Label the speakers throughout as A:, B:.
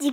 A: 自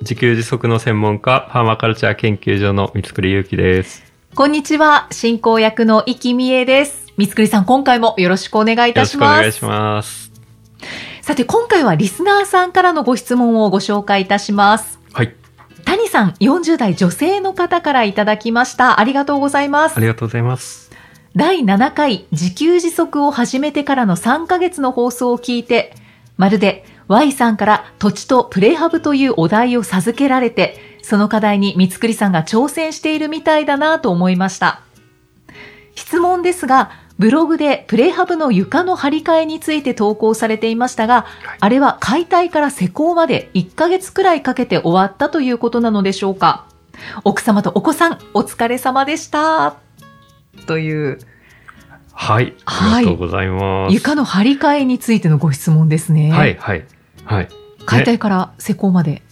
B: 自給自足の専門家、パーマカルチャー研究所の三栗祐樹です。
C: こんにちは進行役の生きみえです三栗さん今回もよろしくお願いい
B: よろ
C: た
B: し
C: し
B: くお願
C: ま
B: い
C: す
B: します。
C: さて今回はリスナーさんからのご質問をご紹介いたします
B: はい。
C: 谷さん40代女性の方からいただきましたありがとうございます
B: ありがとうございます。
C: 第7回自給自足を始めてからの3ヶ月の放送を聞いて、まるで Y さんから土地とプレハブというお題を授けられて、その課題に三つくりさんが挑戦しているみたいだなと思いました。質問ですが、ブログでプレハブの床の張り替えについて投稿されていましたが、
B: はい
C: あれは解体から施工まで1ヶ月くらいかけて終わったということなのでしょうか奥様とお子さん、お疲れ様でした。という
B: はい。
C: はい
B: ありがとうございます。
C: 床の張り替えについてのご質問ですね。
B: はい、はい。はい。
C: 解体から施工まで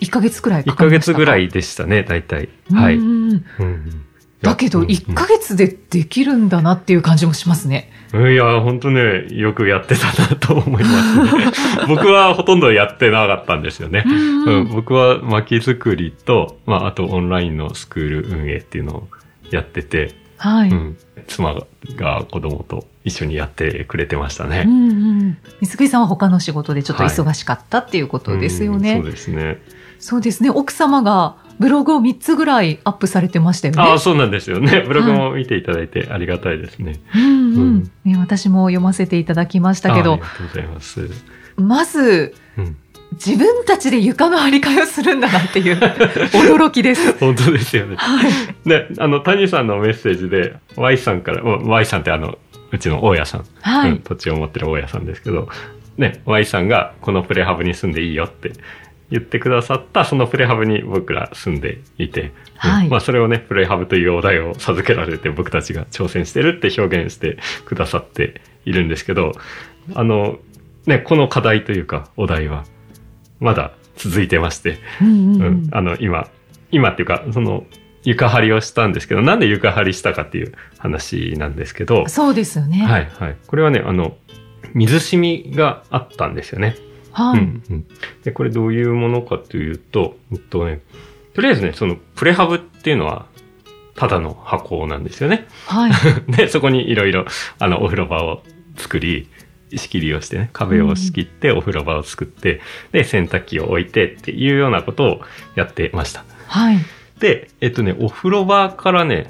C: 1ヶ月くらい
B: 1
C: かか
B: ヶ
C: りました
B: 月
C: か
B: ぐらいでしたね、大体。
C: うん
B: はい。うん
C: うんうん
B: うん
C: だけど
B: うん
C: 1ヶ月でできるんだなっていう感じもしますね。
B: うんいや、本当ね、よくやってたなと思います ね。僕はほとんどやってなかったんですよね。
C: うん
B: うん、僕は薪作りと、まあ、あとオンラインのスクール運営っていうのをやってて、
C: はい。う
B: うんん、妻が子供と一緒にやってくれてましたね。
C: うん水木さんは他の仕事でちょっと忙しかったっていうことですよね。
B: うんそうですね。
C: そうですね。奥様がブログを3つぐらいアップされてましたよね。
B: ああ、そうなんですよね。ブログも見ていただいてありがたいですね。
C: うんう
B: うんん
C: ね、私も読ませていただきましたけ
B: ああ
C: ど
B: り、がとうございます。
C: まず
B: うん、
C: 自分たちで床の張り替えをするんだなって いう驚きです。
B: 本当ですよね。
C: はい。
B: ね、あの、谷さんのメッセージで、Y さんから、お Y さんってあの、うちの大家さん、
C: は
B: うん
C: い。
B: 土地を持ってる大家さんですけど、ね、Y さんがこのプレハブに住んでいいよって言ってくださった、そのプレハブに僕ら住んでいて、うん
C: はい
B: まあそれをね、プレハブというお題を授けられて僕たちが挑戦してるって表現してくださっているんですけど、あの、ね、この課題というかお題は、まだ続いてまして、
C: うんうん
B: う
C: うん
B: ん、あの、今、今っていうか、その、床張りをしたんですけど、なんで床張りしたかっていう話なんですけど、
C: そうですよね。
B: はい、はい。これはね、あの、水染みがあったんですよね。
C: はい。
B: うんうんで、これどういうものかというと、えっとね、とりあえずね、その、プレハブっていうのは、ただの箱なんですよね。
C: はい。
B: で、そこにいろいろ、あの、お風呂場を作り、仕切りをしてね、壁を仕切って、お風呂場を作って、で、洗濯機を置いてっていうようなことをやってました。
C: はい。
B: で、えっとね、お風呂場からね、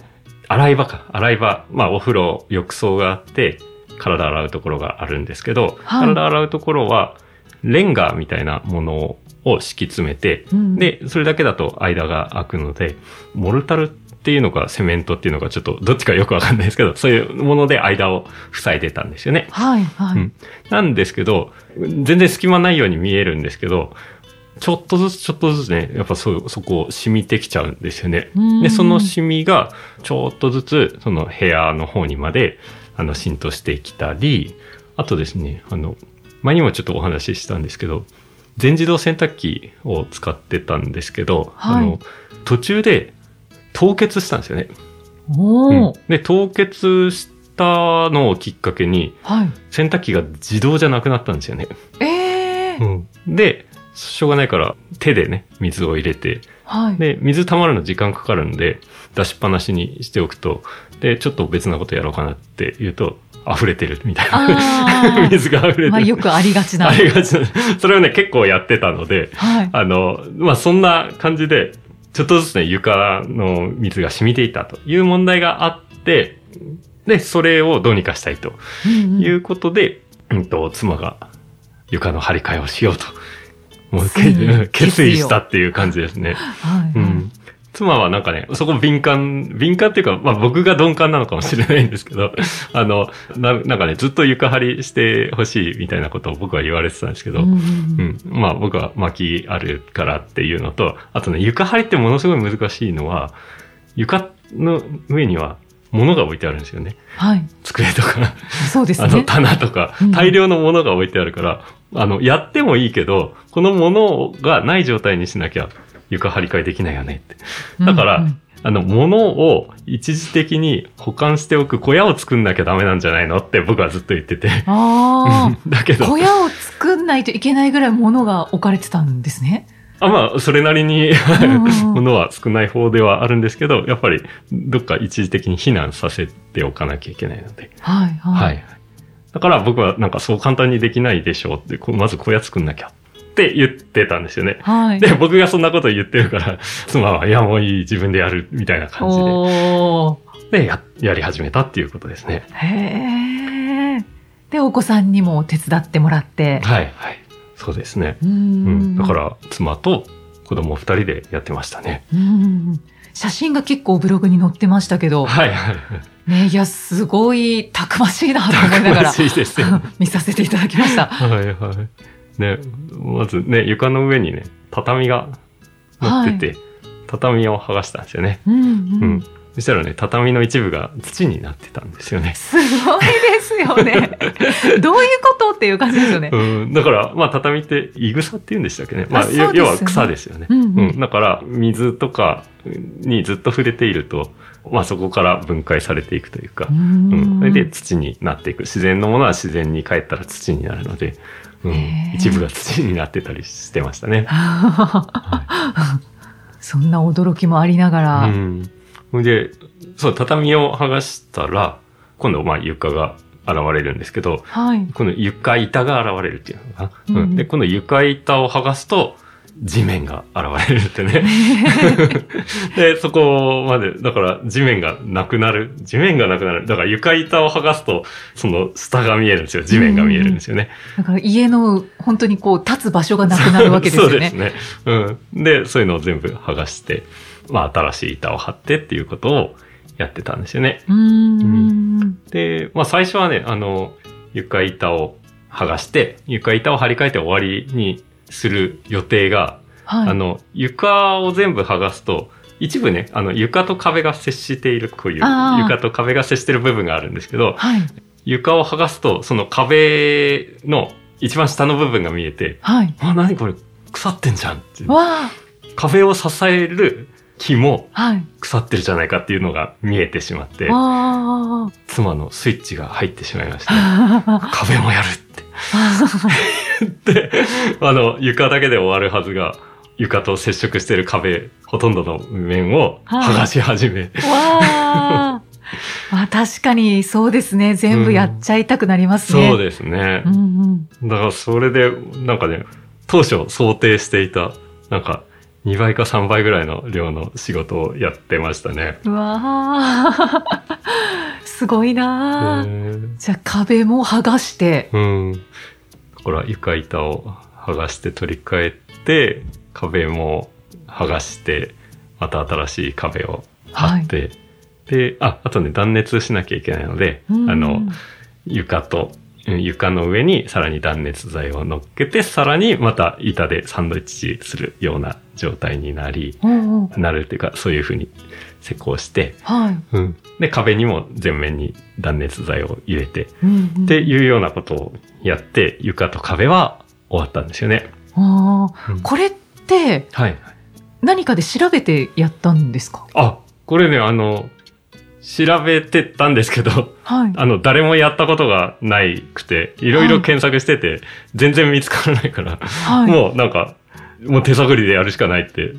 B: 洗い場か、洗い場。まあ、お風呂、浴槽があって、体洗うところがあるんですけど、
C: はい
B: 体洗うところは、レンガみたいなものを敷き詰めて、
C: うん、
B: で、それだけだと間が空くので、モルタルっていうのか、セメントっていうのか、ちょっとどっちかよくわかんないですけど、そういうもので間を塞いでたんですよね。
C: はい、はい。
B: うんなんですけど、全然隙間ないように見えるんですけど、ちょっとずつちょっとずつね、やっぱそう、そこを染みてきちゃうんですよね。
C: うん
B: で、その染みが、ちょっとずつ、その部屋の方にまで、あの、浸透してきたり、あとですね、あの、前にもちょっとお話ししたんですけど、全自動洗濯機を使ってたんですけど、
C: はい
B: あの、途中で凍結したんですよね。
C: おー
B: うんで、凍結したのをきっかけに、
C: はい。
B: 洗濯機が自動じゃなくなったんですよね。
C: ええ
B: で、しょうがないから手でね、水を入れて、
C: はい。
B: で、水溜まるの時間かかるんで、出しっぱなしにしておくと、で、ちょっと別なことやろうかなって言うと、溢れてるみたい
C: あ
B: な。
C: ー
B: 水が溢れてる。
C: まあ、よくありがちな。
B: ありがちなそれをね、結構やってたので、
C: はい。
B: あの、まあ、そんな感じで、ちょっとずつね、床の水が染みていたという問題があって、で、それをどうにかしたいと
C: うんうん
B: いうことで、うんと、妻が床の張り替えをしようと、もう
C: つ
B: け
C: いに
B: 決
C: 決
B: 意
C: 意を
B: したっていう感じですね。
C: はい。
B: うん。妻はなんかね、そこ敏感、敏感っていうか、まあ僕が鈍感なのかもしれないんですけど、 あの、ななんかね、ずっと床張りしてほしいみたいなことを僕は言われてたんですけど、
C: うんうんう
B: うんん。まあ僕は薪あるからっていうのと、あとね、床張りってものすごい難しいのは、床の上には物が置いてあるんですよね。
C: はい。
B: 机とか、
C: そうです
B: あの
C: ね。
B: 棚とか
C: うん、
B: 大量の物が置いてあるから、あの、やってもいいけど、この物がない状態にしなきゃ床張り替えできないよねって。だから
C: うんうん
B: あの、物を一時的に保管しておく小屋を作んなきゃダメなんじゃないのって僕はずっと言ってて。
C: あ
B: だけ
C: あ。小
B: ど、
C: 屋を作んないといけないぐらい物が置かれてたんですね。
B: あまあ、それなり
C: ん
B: に、
C: うん
B: 物は少ない方ではあるんですけど、やっぱり、どっか一時的に避難させておかなきゃいけないので。
C: はい、はい。
B: はい。だから僕はなんかそう簡単にできないでしょうって、こうまず小屋作んなきゃって言ってたんですよね。
C: はい。
B: で、僕がそんなこと言ってるから、 妻は、いや、もういい、自分でやる、みたいな感じ
C: おー
B: で。で、や、やり始めたっていうことですね。
C: へえ。で、お子さんにも手伝ってもらって。
B: はい、はい。そうですね。
C: う
B: うんん。だか。ら、妻と子供二人でやってましたね。
C: うん。写真が結構ブログに載ってましたけど、
B: はい、はい。
C: ね、いや、すごいたくましいなと思い ながら
B: 楽しいですよね。
C: 見させていただきました。
B: はい、はい。ね、まずね、床の上にね、畳が乗ってて、畳を剥がしたんですよね。
C: うん、う
B: うんん。。そしたらね、畳の一部が土になってたんですよね。
C: すごいですよ ね。どういうことっていう感じですよね。
B: うん、だから、まあ、畳って、いぐさって言うんでしたっけね。まあ、
C: あそうですよ
B: よ
C: ね
B: 要は草ですよね。
C: うんうん
B: だから、水とかにずっと触れていると、まあ、そこから分解されていくというか、うん、それで土になっていく。自然のものは自然に帰ったら土になるので、うん
C: へー、
B: 一部が土になってたりしてましたね。
C: そんな驚きもありながら、
B: うん。ほんで、そう、畳を剥がしたら、今度、まあ、床が現れるんですけど、
C: はい。
B: この床板が現れるっていうのかな。
C: う
B: うんん、で、この床板を剥がすと、地面が現れるっ てね。で、そこまで、だから地面がなくなる。地面がなくなる。だから床板を剥がすと、その下が見えるんですよ。地面が見えるんですよね。
C: だから家の本当にこう立つ場所がなくなるわけですよ
B: そう
C: ね
B: です。ね。うん。で、そういうのを全部剥がして、まあ新しい板を張ってっていうことをやってたんですよね。
C: うーん。
B: で、まあ最初はね、あの、床板を剥がして、床板を張り替えて終わりにする予定が、
C: はい。
B: あの、床を全部剥がすと、一部ね、あの、床と壁が接している、こういう、
C: あー
B: 床と壁が接している部分があるんですけど、
C: はい。
B: 床を剥がすと、その壁の一番下の部分が見えて、
C: はい。
B: あ、何これ、腐ってんじゃんって。
C: わ
B: 壁を支える木も
C: あ。はい。
B: 腐ってるじゃないかっていうのが見えてしまって、
C: わ
B: 妻のスイッチが入ってしまいました。
C: あ。
B: 壁もやるって。あの、床だけで終わるはずが、床と接触している壁、ほとんどの面を剥がし始め。
C: わあ。 まあ確かにそうですね。全部やっちゃいたくなりますね。
B: そう
C: で
B: ですね。
C: んうん。
B: だからそれで、なんかね、当初想定していた、なんか、2倍か3倍ぐらいの量の仕事をやってましたね。
C: うわあ。 すごいなあ、
B: うん
C: じゃあ壁も剥がして。
B: うん。だから床板を剥がして取り替えて、壁も剥がして、また新しい壁を
C: は
B: 張
C: い
B: っ。て、で、あ、あとね、断熱しなきゃいけないので、
C: うん
B: あの、床と、うん床の上にさらに断熱材を乗っけて、さらにまた板でサンドイッチするような状態になり、
C: うんうん
B: なるっていうか、そういう風に施工して、
C: はい。
B: うん。で、壁にも全面に断熱材を入れて、
C: うんうん
B: っていうようなことをやって、床と壁は終わったんですよね。
C: ああ
B: うん
C: これって
B: はい。
C: 何かで調べてやったんですか
B: あ、これね、あの、調べてたんですけど、
C: はい。
B: あの、誰もやったことがないくて、いろいろ検索してて、全然見つからないから、
C: はい。
B: もうなんか、もう手探りでやるしかないって、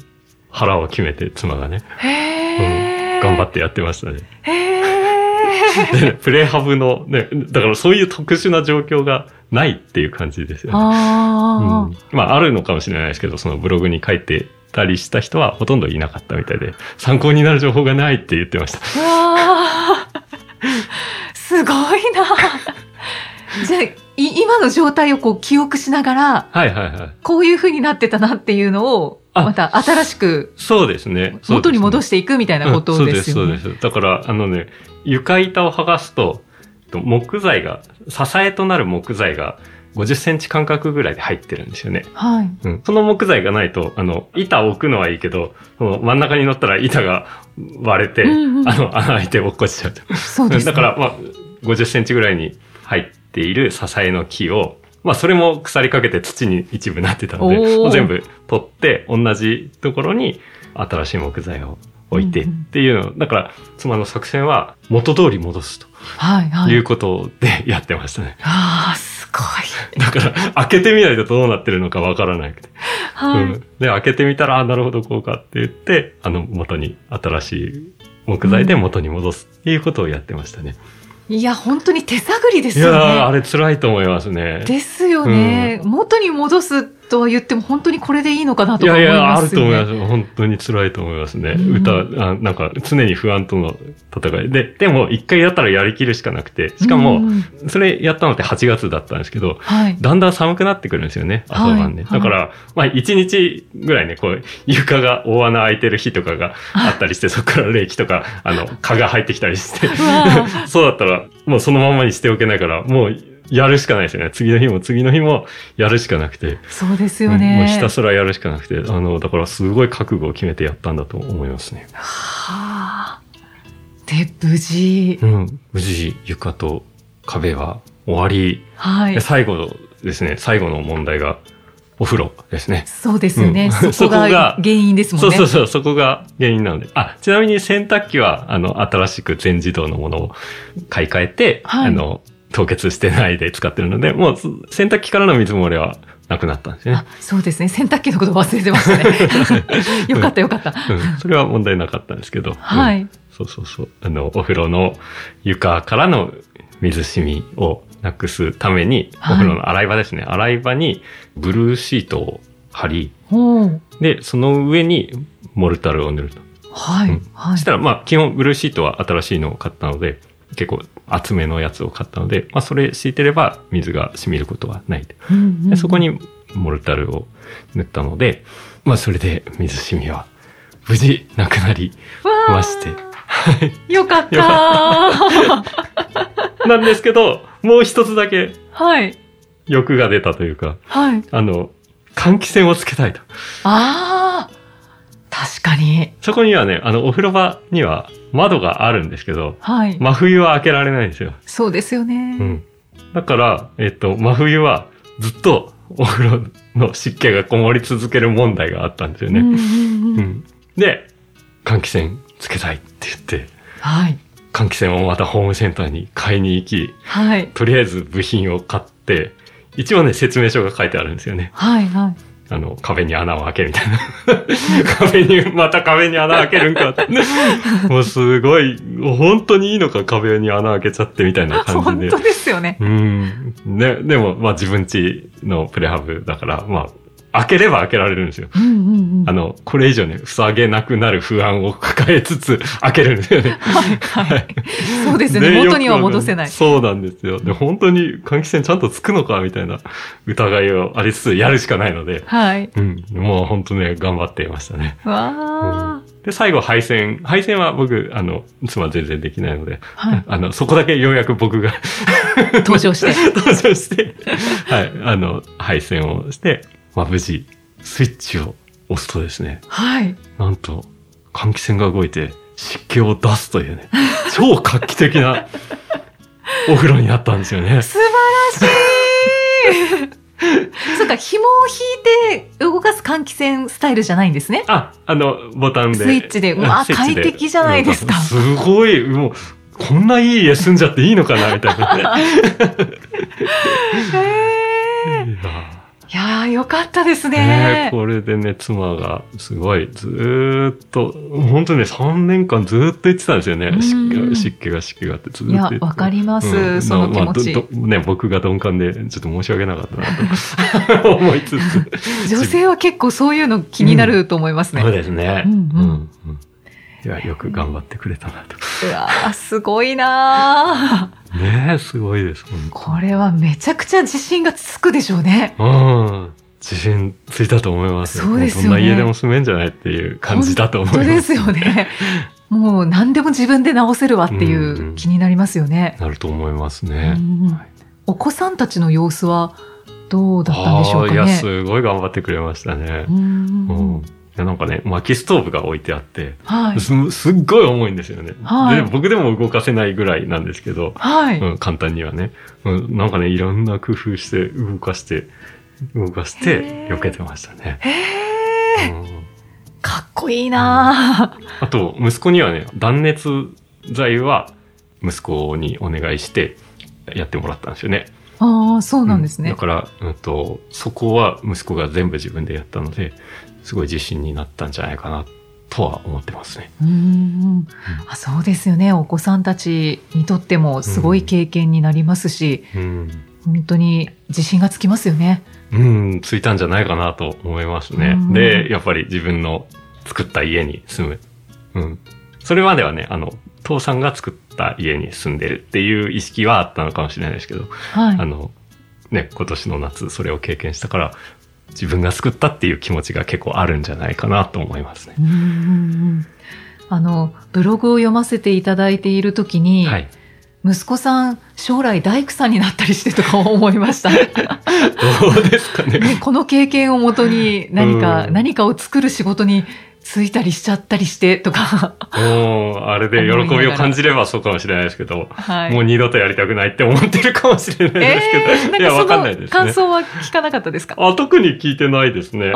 B: 腹を決めて、妻がね、
C: へえ、
B: 頑張
C: て。
B: ってやってましたね。
C: へえ。
B: でプレハブの、ね、だからそういう特殊な状況がないって いう感じですよね。
C: ああ、
B: うんまあ、あるのかもしれないですけど、そのブログに書いてたりした人はほとんどいなかったみたいで、参考になる情報がないって言ってました。
C: うわあ、すごいな。 じゃあ、い今の状態をこう記憶しながら、
B: はいはいはい。
C: こういう風になってたなっていうのを、
B: あ
C: また新しく
B: そうですね。
C: 元に戻
B: し
C: していくみたい
B: た
C: なことですよ
B: そう
C: ね
B: で。す、そうです。だから、あのね、床板を剥がすと、木材が、支えとなる木材が50センチ間隔ぐらいで入ってるんですよね。
C: はい。
B: うん。その木材がないと、あの、板を置くのはいいけど、その真ん中に乗ったら板が割れて、
C: うんうん
B: あの、穴開いて落っこちちゃうと。
C: そうです、ね。
B: だか、ら、まあ、50センチぐらいに入っている支えの木を、まあ、それも腐りかけて土に一部なってたので、
C: おー
B: もう全部取って、同じところに新しい木材を置いてっていうの、だから、妻の作戦は元通り戻すと
C: はい、はい。
B: いうことで やってましたね。
C: ああ、すごい。
B: だから、開けてみないとどうなってるのかわからなくて。
C: はい。
B: うん、で、開けてみたら、あなるほど、こうかって言って、あの、元に、新しい木材で元に戻すっていうことをやってましたね。
C: いや、本当に手探りです
B: いや
C: よね。
B: ー、あれ辛いと思いますね。
C: ですよね、元に戻すとは言っても本当にこれでいいのかないとか
B: や
C: 思
B: い
C: いますよ、ね、
B: や、あると思います。本当に辛いと思いますね。
C: うん
B: 歌、あなんか常に不安との戦い。で、でも一回やったらやりきるしかなくて、しか
C: うん
B: も、
C: うん
B: それやったのって8月だったんですけど、
C: はい、
B: だんだん寒くなってくるんですよね、
C: はい
B: 朝晩ね。
C: はい
B: だから、まあ一日ぐらいね、こう、床が大穴開いてる日とかがあったりして、そこから冷気とか、あの、蚊が入ってきたりして、
C: うわー
B: そうだったら、もうそのままにしておけないから、もうやるしかないですよね。次の日も次の日もやるしかなくて。
C: そうですよ
B: うんもう
C: ね
B: ひ、たすらやるしかなくて、あの、だからすごい覚悟を決めてやったんだと思いますね。
C: はあで無事、
B: うん。無事、床と壁は終わり、
C: はい
B: で最後のですね、最後の問題がお風呂ですね。
C: そうですよね、
B: うん
C: そこが
B: そこが
C: 原因ですもん
B: そう
C: ね
B: そうそう、そこが原因なので。あ、ちなみに洗濯機は、あの、新しく全自動のものを買い替えて、
C: はい
B: あの、凍結してないで使ってるので、もうす洗濯機からの水漏れはなくなったんですね
C: あ。そうですね洗濯機のこと忘れてました ねよかったよかった、
B: うん。それは問題なかったんですけど。
C: は
B: うん
C: い
B: そうそうそう。あの、お風呂の床からの水しみをなくすために、お
C: はい
B: 風呂の洗い場ですね。洗い場にブルーシートを貼り、
C: おー
B: で、その上にモルタルを塗ると。
C: はい、
B: うん
C: は
B: そ
C: い
B: したら、まあ、基本、ブルーシートは新しいのを買ったので、結構厚めのやつを買ったので、まあ、それ敷いてれば水が染みることはないで。
C: うんうん
B: でそこにモルタルを塗ったので、まあ、それで水染みは無事なくなり
C: わー
B: まして。
C: よかった
B: よ
C: ー
B: なんですけど、もう一つだけ
C: はい
B: 欲が出たというか、
C: はい
B: あの、換気扇をつけたいと。
C: ああ確かに
B: そこにはね、あの、お風呂場には窓があるんですけど、
C: はい、
B: 真冬は開けられないんですよ。
C: そうですよね、
B: うん。だから、えっと、真冬はずっとお風呂の湿気がこもり続ける問題があったんですよ
C: うん
B: ね。
C: うん
B: う
C: うん
B: ん。で、換気扇つけたいって言って、
C: はい。
B: 換気扇をまたホームセンターに買いに行き、
C: はい。
B: とりあえず部品を買って、一応ね、説明書が書いてあるんですよね。
C: はい。はい。
B: あの、壁に穴を開けみたいな。 壁に、また壁に穴開けるんか って。もうすごい、本当にいいのか壁に穴開けちゃってみたいな 感
C: 本
B: じで
C: 当。ですよね。
B: うん。ね、でも、まあ自分家のプレハブだから、まあ、開ければ開けられるんですよ。
C: うんうんうん。
B: あの、これ以上ね、塞げなくなる不安を抱えつつ、開けるんですよね。
C: はい。はい。そうですよね。元には戻せない
B: よく。そうなんですよ。で、本当に換気扇ちゃんとつくのかみたいな疑いをありつつ、やるしかないので、
C: はい。
B: うん。もう本当ね、頑張っていましたね。
C: わあ。
B: で、最後、配線。配線は僕、あの、妻全然できないので、
C: はい。
B: あの、そこだけようやく僕が
C: 登場 して。
B: 登場して、はい、あの、配線をして、まあ、無事、スイッチを押すとですね、
C: はい。
B: なんと、換気扇が動いて、湿気を出すというね、超画期的なお風呂になったんですよね。
C: 素晴らしいそうか、紐を引いて動かす換気扇スタイルじゃないんですね。
B: あ、あの、ボタンで。
C: スイッチでうわ
B: うんスイッチで
C: 快適じゃないですか
B: うんすごい、もう、こんないい家住んじゃっていいのかな、みた いなね。
C: へえ。い
B: いや
C: やー、よかったです
B: ねえ
C: ね。
B: これでね、妻がすごいずーっと、本当にね、3年間ずーっと言ってたんですよね。
C: うん
B: 湿気が、湿気が、湿気がってずー
C: い
B: っと言
C: や
B: って、
C: わかります、
B: うん
C: その気
B: まあ
C: 持ち、
B: まあどどね、僕が鈍感で、ちょっと申し訳なかったな と思いつつ。
C: 女性は結構そういうの気になると思いますね。
B: そうですね。
C: うんうん
B: うんいや、よく頑張ってくれたなと。
C: うわーすごいなー
B: ねえ、すごいです。本
C: これはめちゃくちゃ自信がつくでしょうね。
B: 当うん。自信ついたと思いますよ。
C: そうですよね
B: もどんな家でも住めんじゃないっていう感じだと思いま
C: 本
B: す。
C: 当ですよね。もう何でも自分で直せるわって
B: うんう
C: いうん気になりますよね。
B: なると思います
C: う
B: ね。
C: んお子さんたちの様子はどうだったんでしょうかね。
B: あーいや、すごい頑張ってくれましたね
C: う。ん
B: うん。いやなんかね、薪ストーブが置いてあって、
C: はい。
B: すすっごい重いんですよね、
C: はい
B: で。僕でも動かせないぐらいなんですけど、
C: はい。
B: うん、簡単にはね、うん。なんかね、いろんな工夫して動かして、動かして
C: へー
B: 避けてましたね。
C: へえ、
B: うん
C: かっこいいなぁ
B: あと、息子にはね、断熱材は息子にお願いしてやってもらったんですよね。
C: ああ、そうなんですね。
B: だから、うんと、そこは息子が全部自分でやったので、すごい自信になったんじゃないかなとは思ってますね。
C: うーんあそうですよねお子さんたちにとってもすごい経験になりますし、
B: うん。
C: 本当に自信がつきますよね。
B: うん、ついたんじゃないかなと思いますね
C: う。ん
B: で、やっぱり自分の作った家に住む。うん。それまではね、あの、父さんが作った家に住んでるっていう意識はあったのかもしれないですけど、
C: はい、
B: あの、ね、今年の夏それを経験したから、自分が作ったっていう気持ちが結構あるんじゃないかなと思いますね。
C: うーんあのブログを読ませていただいている時に、
B: はい。
C: 息子さん将来大工さんになったりしてとか思いました、ね、
B: どうですかね。
C: この経験をもとに何か、
B: うん
C: 何かを作る仕事に就いたりしちゃったりしてと か、
B: うん、あれで
C: 思いながら
B: 喜びを感じればそうかもしれないですけど、
C: はい、
B: もう二度とやりたくないって思ってるかもしれないですけど、
C: えーなん
B: いや、わか
C: か
B: んない
C: そ
B: で
C: の
B: す
C: 感
B: ね。
C: 想は聞かなかったですか
B: あ特に聞いてないですね。い
C: あ
B: や、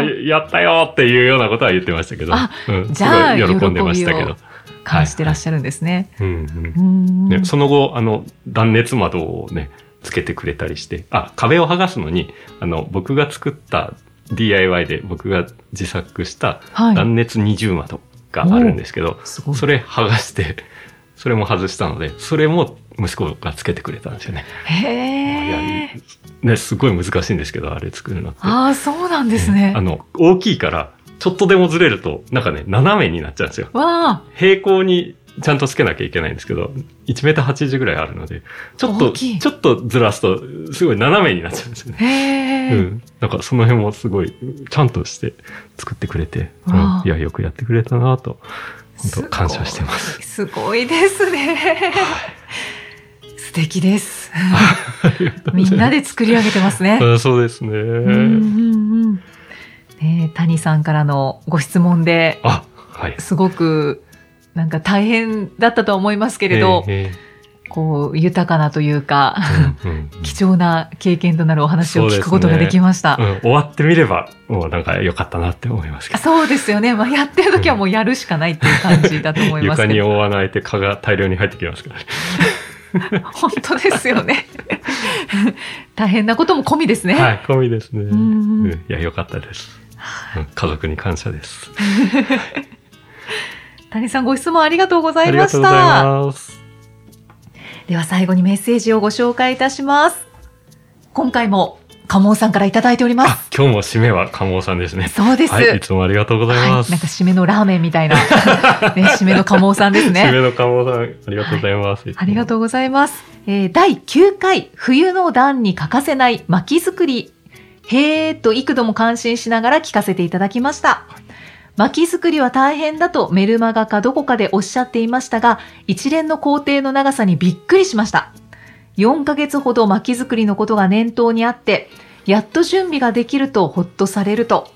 C: ー
B: やったよっていうようなことは言ってましたけど、
C: あ
B: うん、
C: じゃあ
B: すごい喜んでましたけど。
C: 感じてらっしゃるんですね。
B: うんうん
C: うん
B: ね、その後、あの、断熱窓をね、つけてくれたりして、あ、壁を剥がすのに、あの、僕が作った DIY で僕が自作した
C: はい。
B: 断熱二重窓があるんですけど、
C: すごい
B: それ剥がして、それも外したので、それも息子がつけてくれたんですよね。
C: へえ。
B: ね、すごい難しいんですけど、あれ作るのって。
C: ああ、そうなんです
B: う
C: ね
B: んあ。の、大きいから、ちょっとでもずれると、なんかね、斜めになっちゃうんですよ。
C: わあ、
B: 平行にちゃんとつけなきゃいけないんですけど、1メーター80ぐらいあるので、ちょっと、
C: 大きい
B: ちょっとずらすと、すごい斜めになっちゃうんですよね。
C: へえ。
B: うん。なんかその辺もすごい、ちゃんとして作ってくれて、うん
C: わあ
B: いや、よくやってくれたなと、
C: す
B: 本
C: ご
B: 当
C: い
B: 感謝してます。
C: すごいですね。素敵 です。みんなで作り上げてますね。
B: あそうです
C: うんうん
B: ね。
C: うんねえ谷さんからのご質問で
B: あ、はい。
C: すごくなんか大変だったと思いますけれど、
B: え
C: こう豊かなというか、
B: えうんうんうん
C: 貴重な経験となるお話を聞くことができました。
B: うん終わってみれば、もうなんか良かったなって思いますけど。
C: そうですよね。まあ、やってる時はもうやるしかないっていう感じだと思います
B: 床
C: け
B: に
C: ど。
B: 覆わないで蚊が大量に入ってきますからね。
C: 本当ですよ ね。大変なことも込みですね。
B: はい、込みですね。
C: うんうん
B: うんいや、良かったです。うん家族に感謝です。
C: 谷さんご質問ありがとうござ
B: あ
C: い
B: り
C: ま
B: がと
C: し
B: うござい
C: た。
B: ます。
C: では最後にメッセージをご紹介いたします。今回も、カモンさんからいただいておりま
B: あ
C: す。、
B: 今日も締めは鴨さんですね。
C: そうです。
B: はい、いつもありがとうござい
C: は
B: ま
C: い
B: す。
C: なんか締めのラーメンみたいな、ね、締めのカモンさんですね。
B: 締めの鴨さん、ありがとうございます。
C: ありが
B: う。
C: とうございます。えー第9回、冬の段に欠かせない薪作り。へーと幾度も感心しながら聞かせていただきました。薪作りは大変だとメルマガかどこかでおっしゃっていましたが、一連の工程の長さにびっくりしました。4ヶ月ほど薪作りのことが念頭にあって、やっと準備ができるとほっとされると。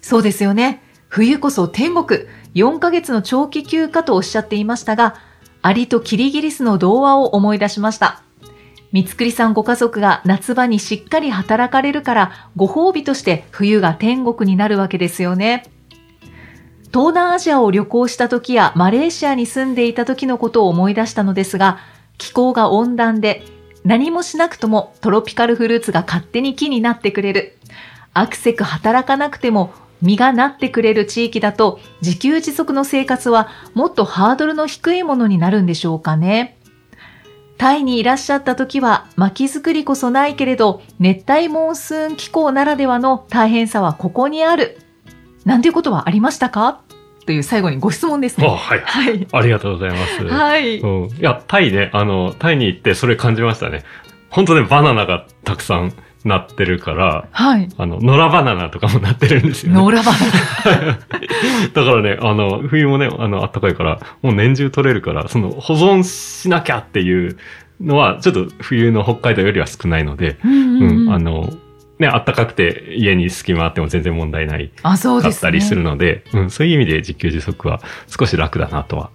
C: そうですよね。冬こそ天国、4ヶ月の長期休暇とおっしゃっていましたが、アリとキリギリスの童話を思い出しました。三つくりさんご家族が夏場にしっかり働かれるから、ご褒美として冬が天国になるわけですよね。東南アジアを旅行した時やマレーシアに住んでいた時のことを思い出したのですが、気候が温暖で、何もしなくともトロピカルフルーツが勝手に木になってくれる。アクセク働かなくても実がなってくれる地域だと自給自足の生活はもっとハードルの低いものになるんでしょうかね。タイにいらっしゃった時は薪作りこそないけれど熱帯モンスーン気候ならではの大変さはここにある。なんていうことはありましたかという最後にご質問です
B: あ、
C: ね。
B: はい。
C: はい。
B: ありがとうございます。
C: はい。
B: うん、いや、タイね、あの、タイに行ってそれ感じましたね。本当ね、バナナがたくさんなってるから、
C: はい。
B: あの、野良バナナとかもなってるんですよね。
C: ノーラバナ
B: だからね、あの、冬もね、あの、暖かいから、もう年中取れるから、その、保存しなきゃっていうのは、ちょっと冬の北海道よりは少ないので、
C: うん
B: う
C: うん
B: ん、
C: うん
B: あの、ね、暖かくて家に隙間あっても全然問題ない
C: あ、そうで
B: かっ
C: す、ね。
B: たりするので、うん、そういう意味で自給自足は少し楽だなとは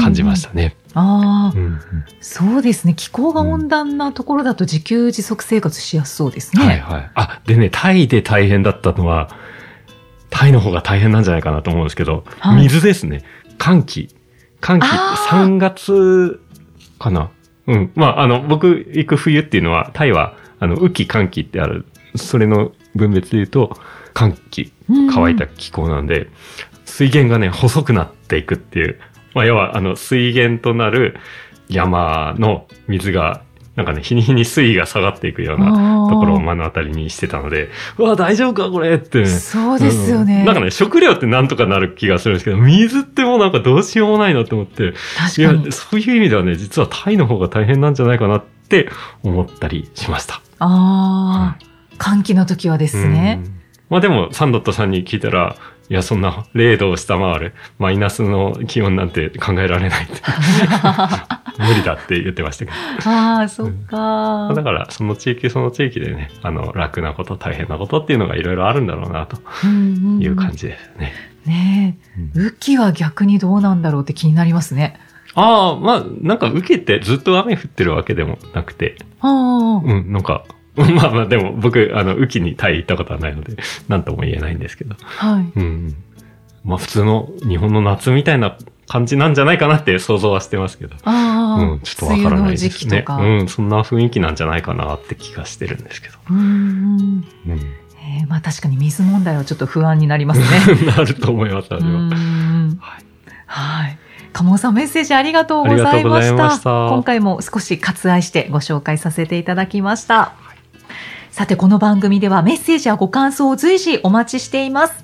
B: 感じましたね。
C: うんうん。ああ、
B: うんうん
C: そうですね。気候が温暖なところだと自給自足生活しやすそうですね。
B: はいはい。あ、でね、タイで大変だったのは、タイの方が大変なんじゃないかなと思うんですけど、
C: はい
B: 水ですね。寒気。寒気、
C: あー
B: 3月かな。うん。まあ、あの、僕行く冬っていうのは、タイは、あの、雨季寒気ってある。それの分別で言うと、寒気、
C: うん
B: 乾いた気候なんで、水源がね、細くなっていくっていう。まあ、要は、あの、水源となる山の水が、なんかね、日に日に水位が下がっていくような
C: あー
B: ところを目の当たりにしてたので、うわ、大丈夫かこれって。
C: そうですよね。
B: うんなんかね、食料ってなんとかなる気がするんですけど、水ってもうなんかどうしようもないなと思って、い
C: 確か
B: や
C: に、。
B: そういう意味ではね、実はタイの方が大変なんじゃないかなって思ったりしました。
C: ああ、寒気の時はで
B: う
C: すね。
B: んまあでも、サンドットさんに聞いたら、いや、そんな0度を下回る、マイナスの気温なんて考えられないって。 無理だって言ってましたけ
C: ああ、そっか
B: ど。だ。から、その地域その地域でね、あの、楽なこと、大変なことっていうのがいろいろあるんだろうな、と
C: い
B: いう感。じですね。
C: ねえ。雨季は逆にどうなんだろうって気になりますね。
B: ああ、まあ、なんか受けてずっと雨降ってるわけでもなくて、
C: ああ。
B: うん、なんか、 まあまあ、でも僕、あの、雨季にタイ行ったことはないので、なんとも言えないんですけど、
C: はい。
B: うんうん。まあ普通の日本の夏みたいな感じなんじゃないかなって想像はしてますけど、
C: ああ。
B: うん、ちょっとわからない
C: 梅雨の
B: ですね。
C: 時期とか。
B: うん、そんな雰囲気なんじゃないかなって気がしてるんですけど。
C: うんうん
B: うん、
C: ええまあ確かに水問題はちょっと不安になりますね。
B: なると思います、あれ
C: う
B: は。
C: ん
B: はい
C: はい。鴨さんメッセージありがとうござ
B: あ
C: い
B: りがとうご
C: ま
B: ざ
C: し
B: い
C: た。
B: ました
C: 今回も少し割愛してご紹介させていただきました。さて、この番組ではメッセージやご感想を随時お待ちしています。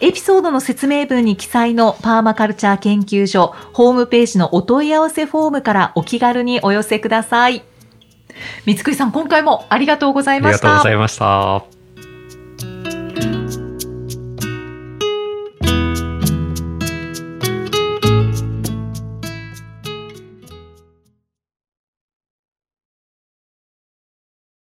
C: エピソードの説明文に記載のパーマカルチャー研究所ホームページのお問い合わせフォームからお気軽にお寄せください。三つくりさん、今回もありがとうござ
B: あ
C: い
B: り
C: ま
B: が
C: し
B: とうご
C: た
B: ざ。いました。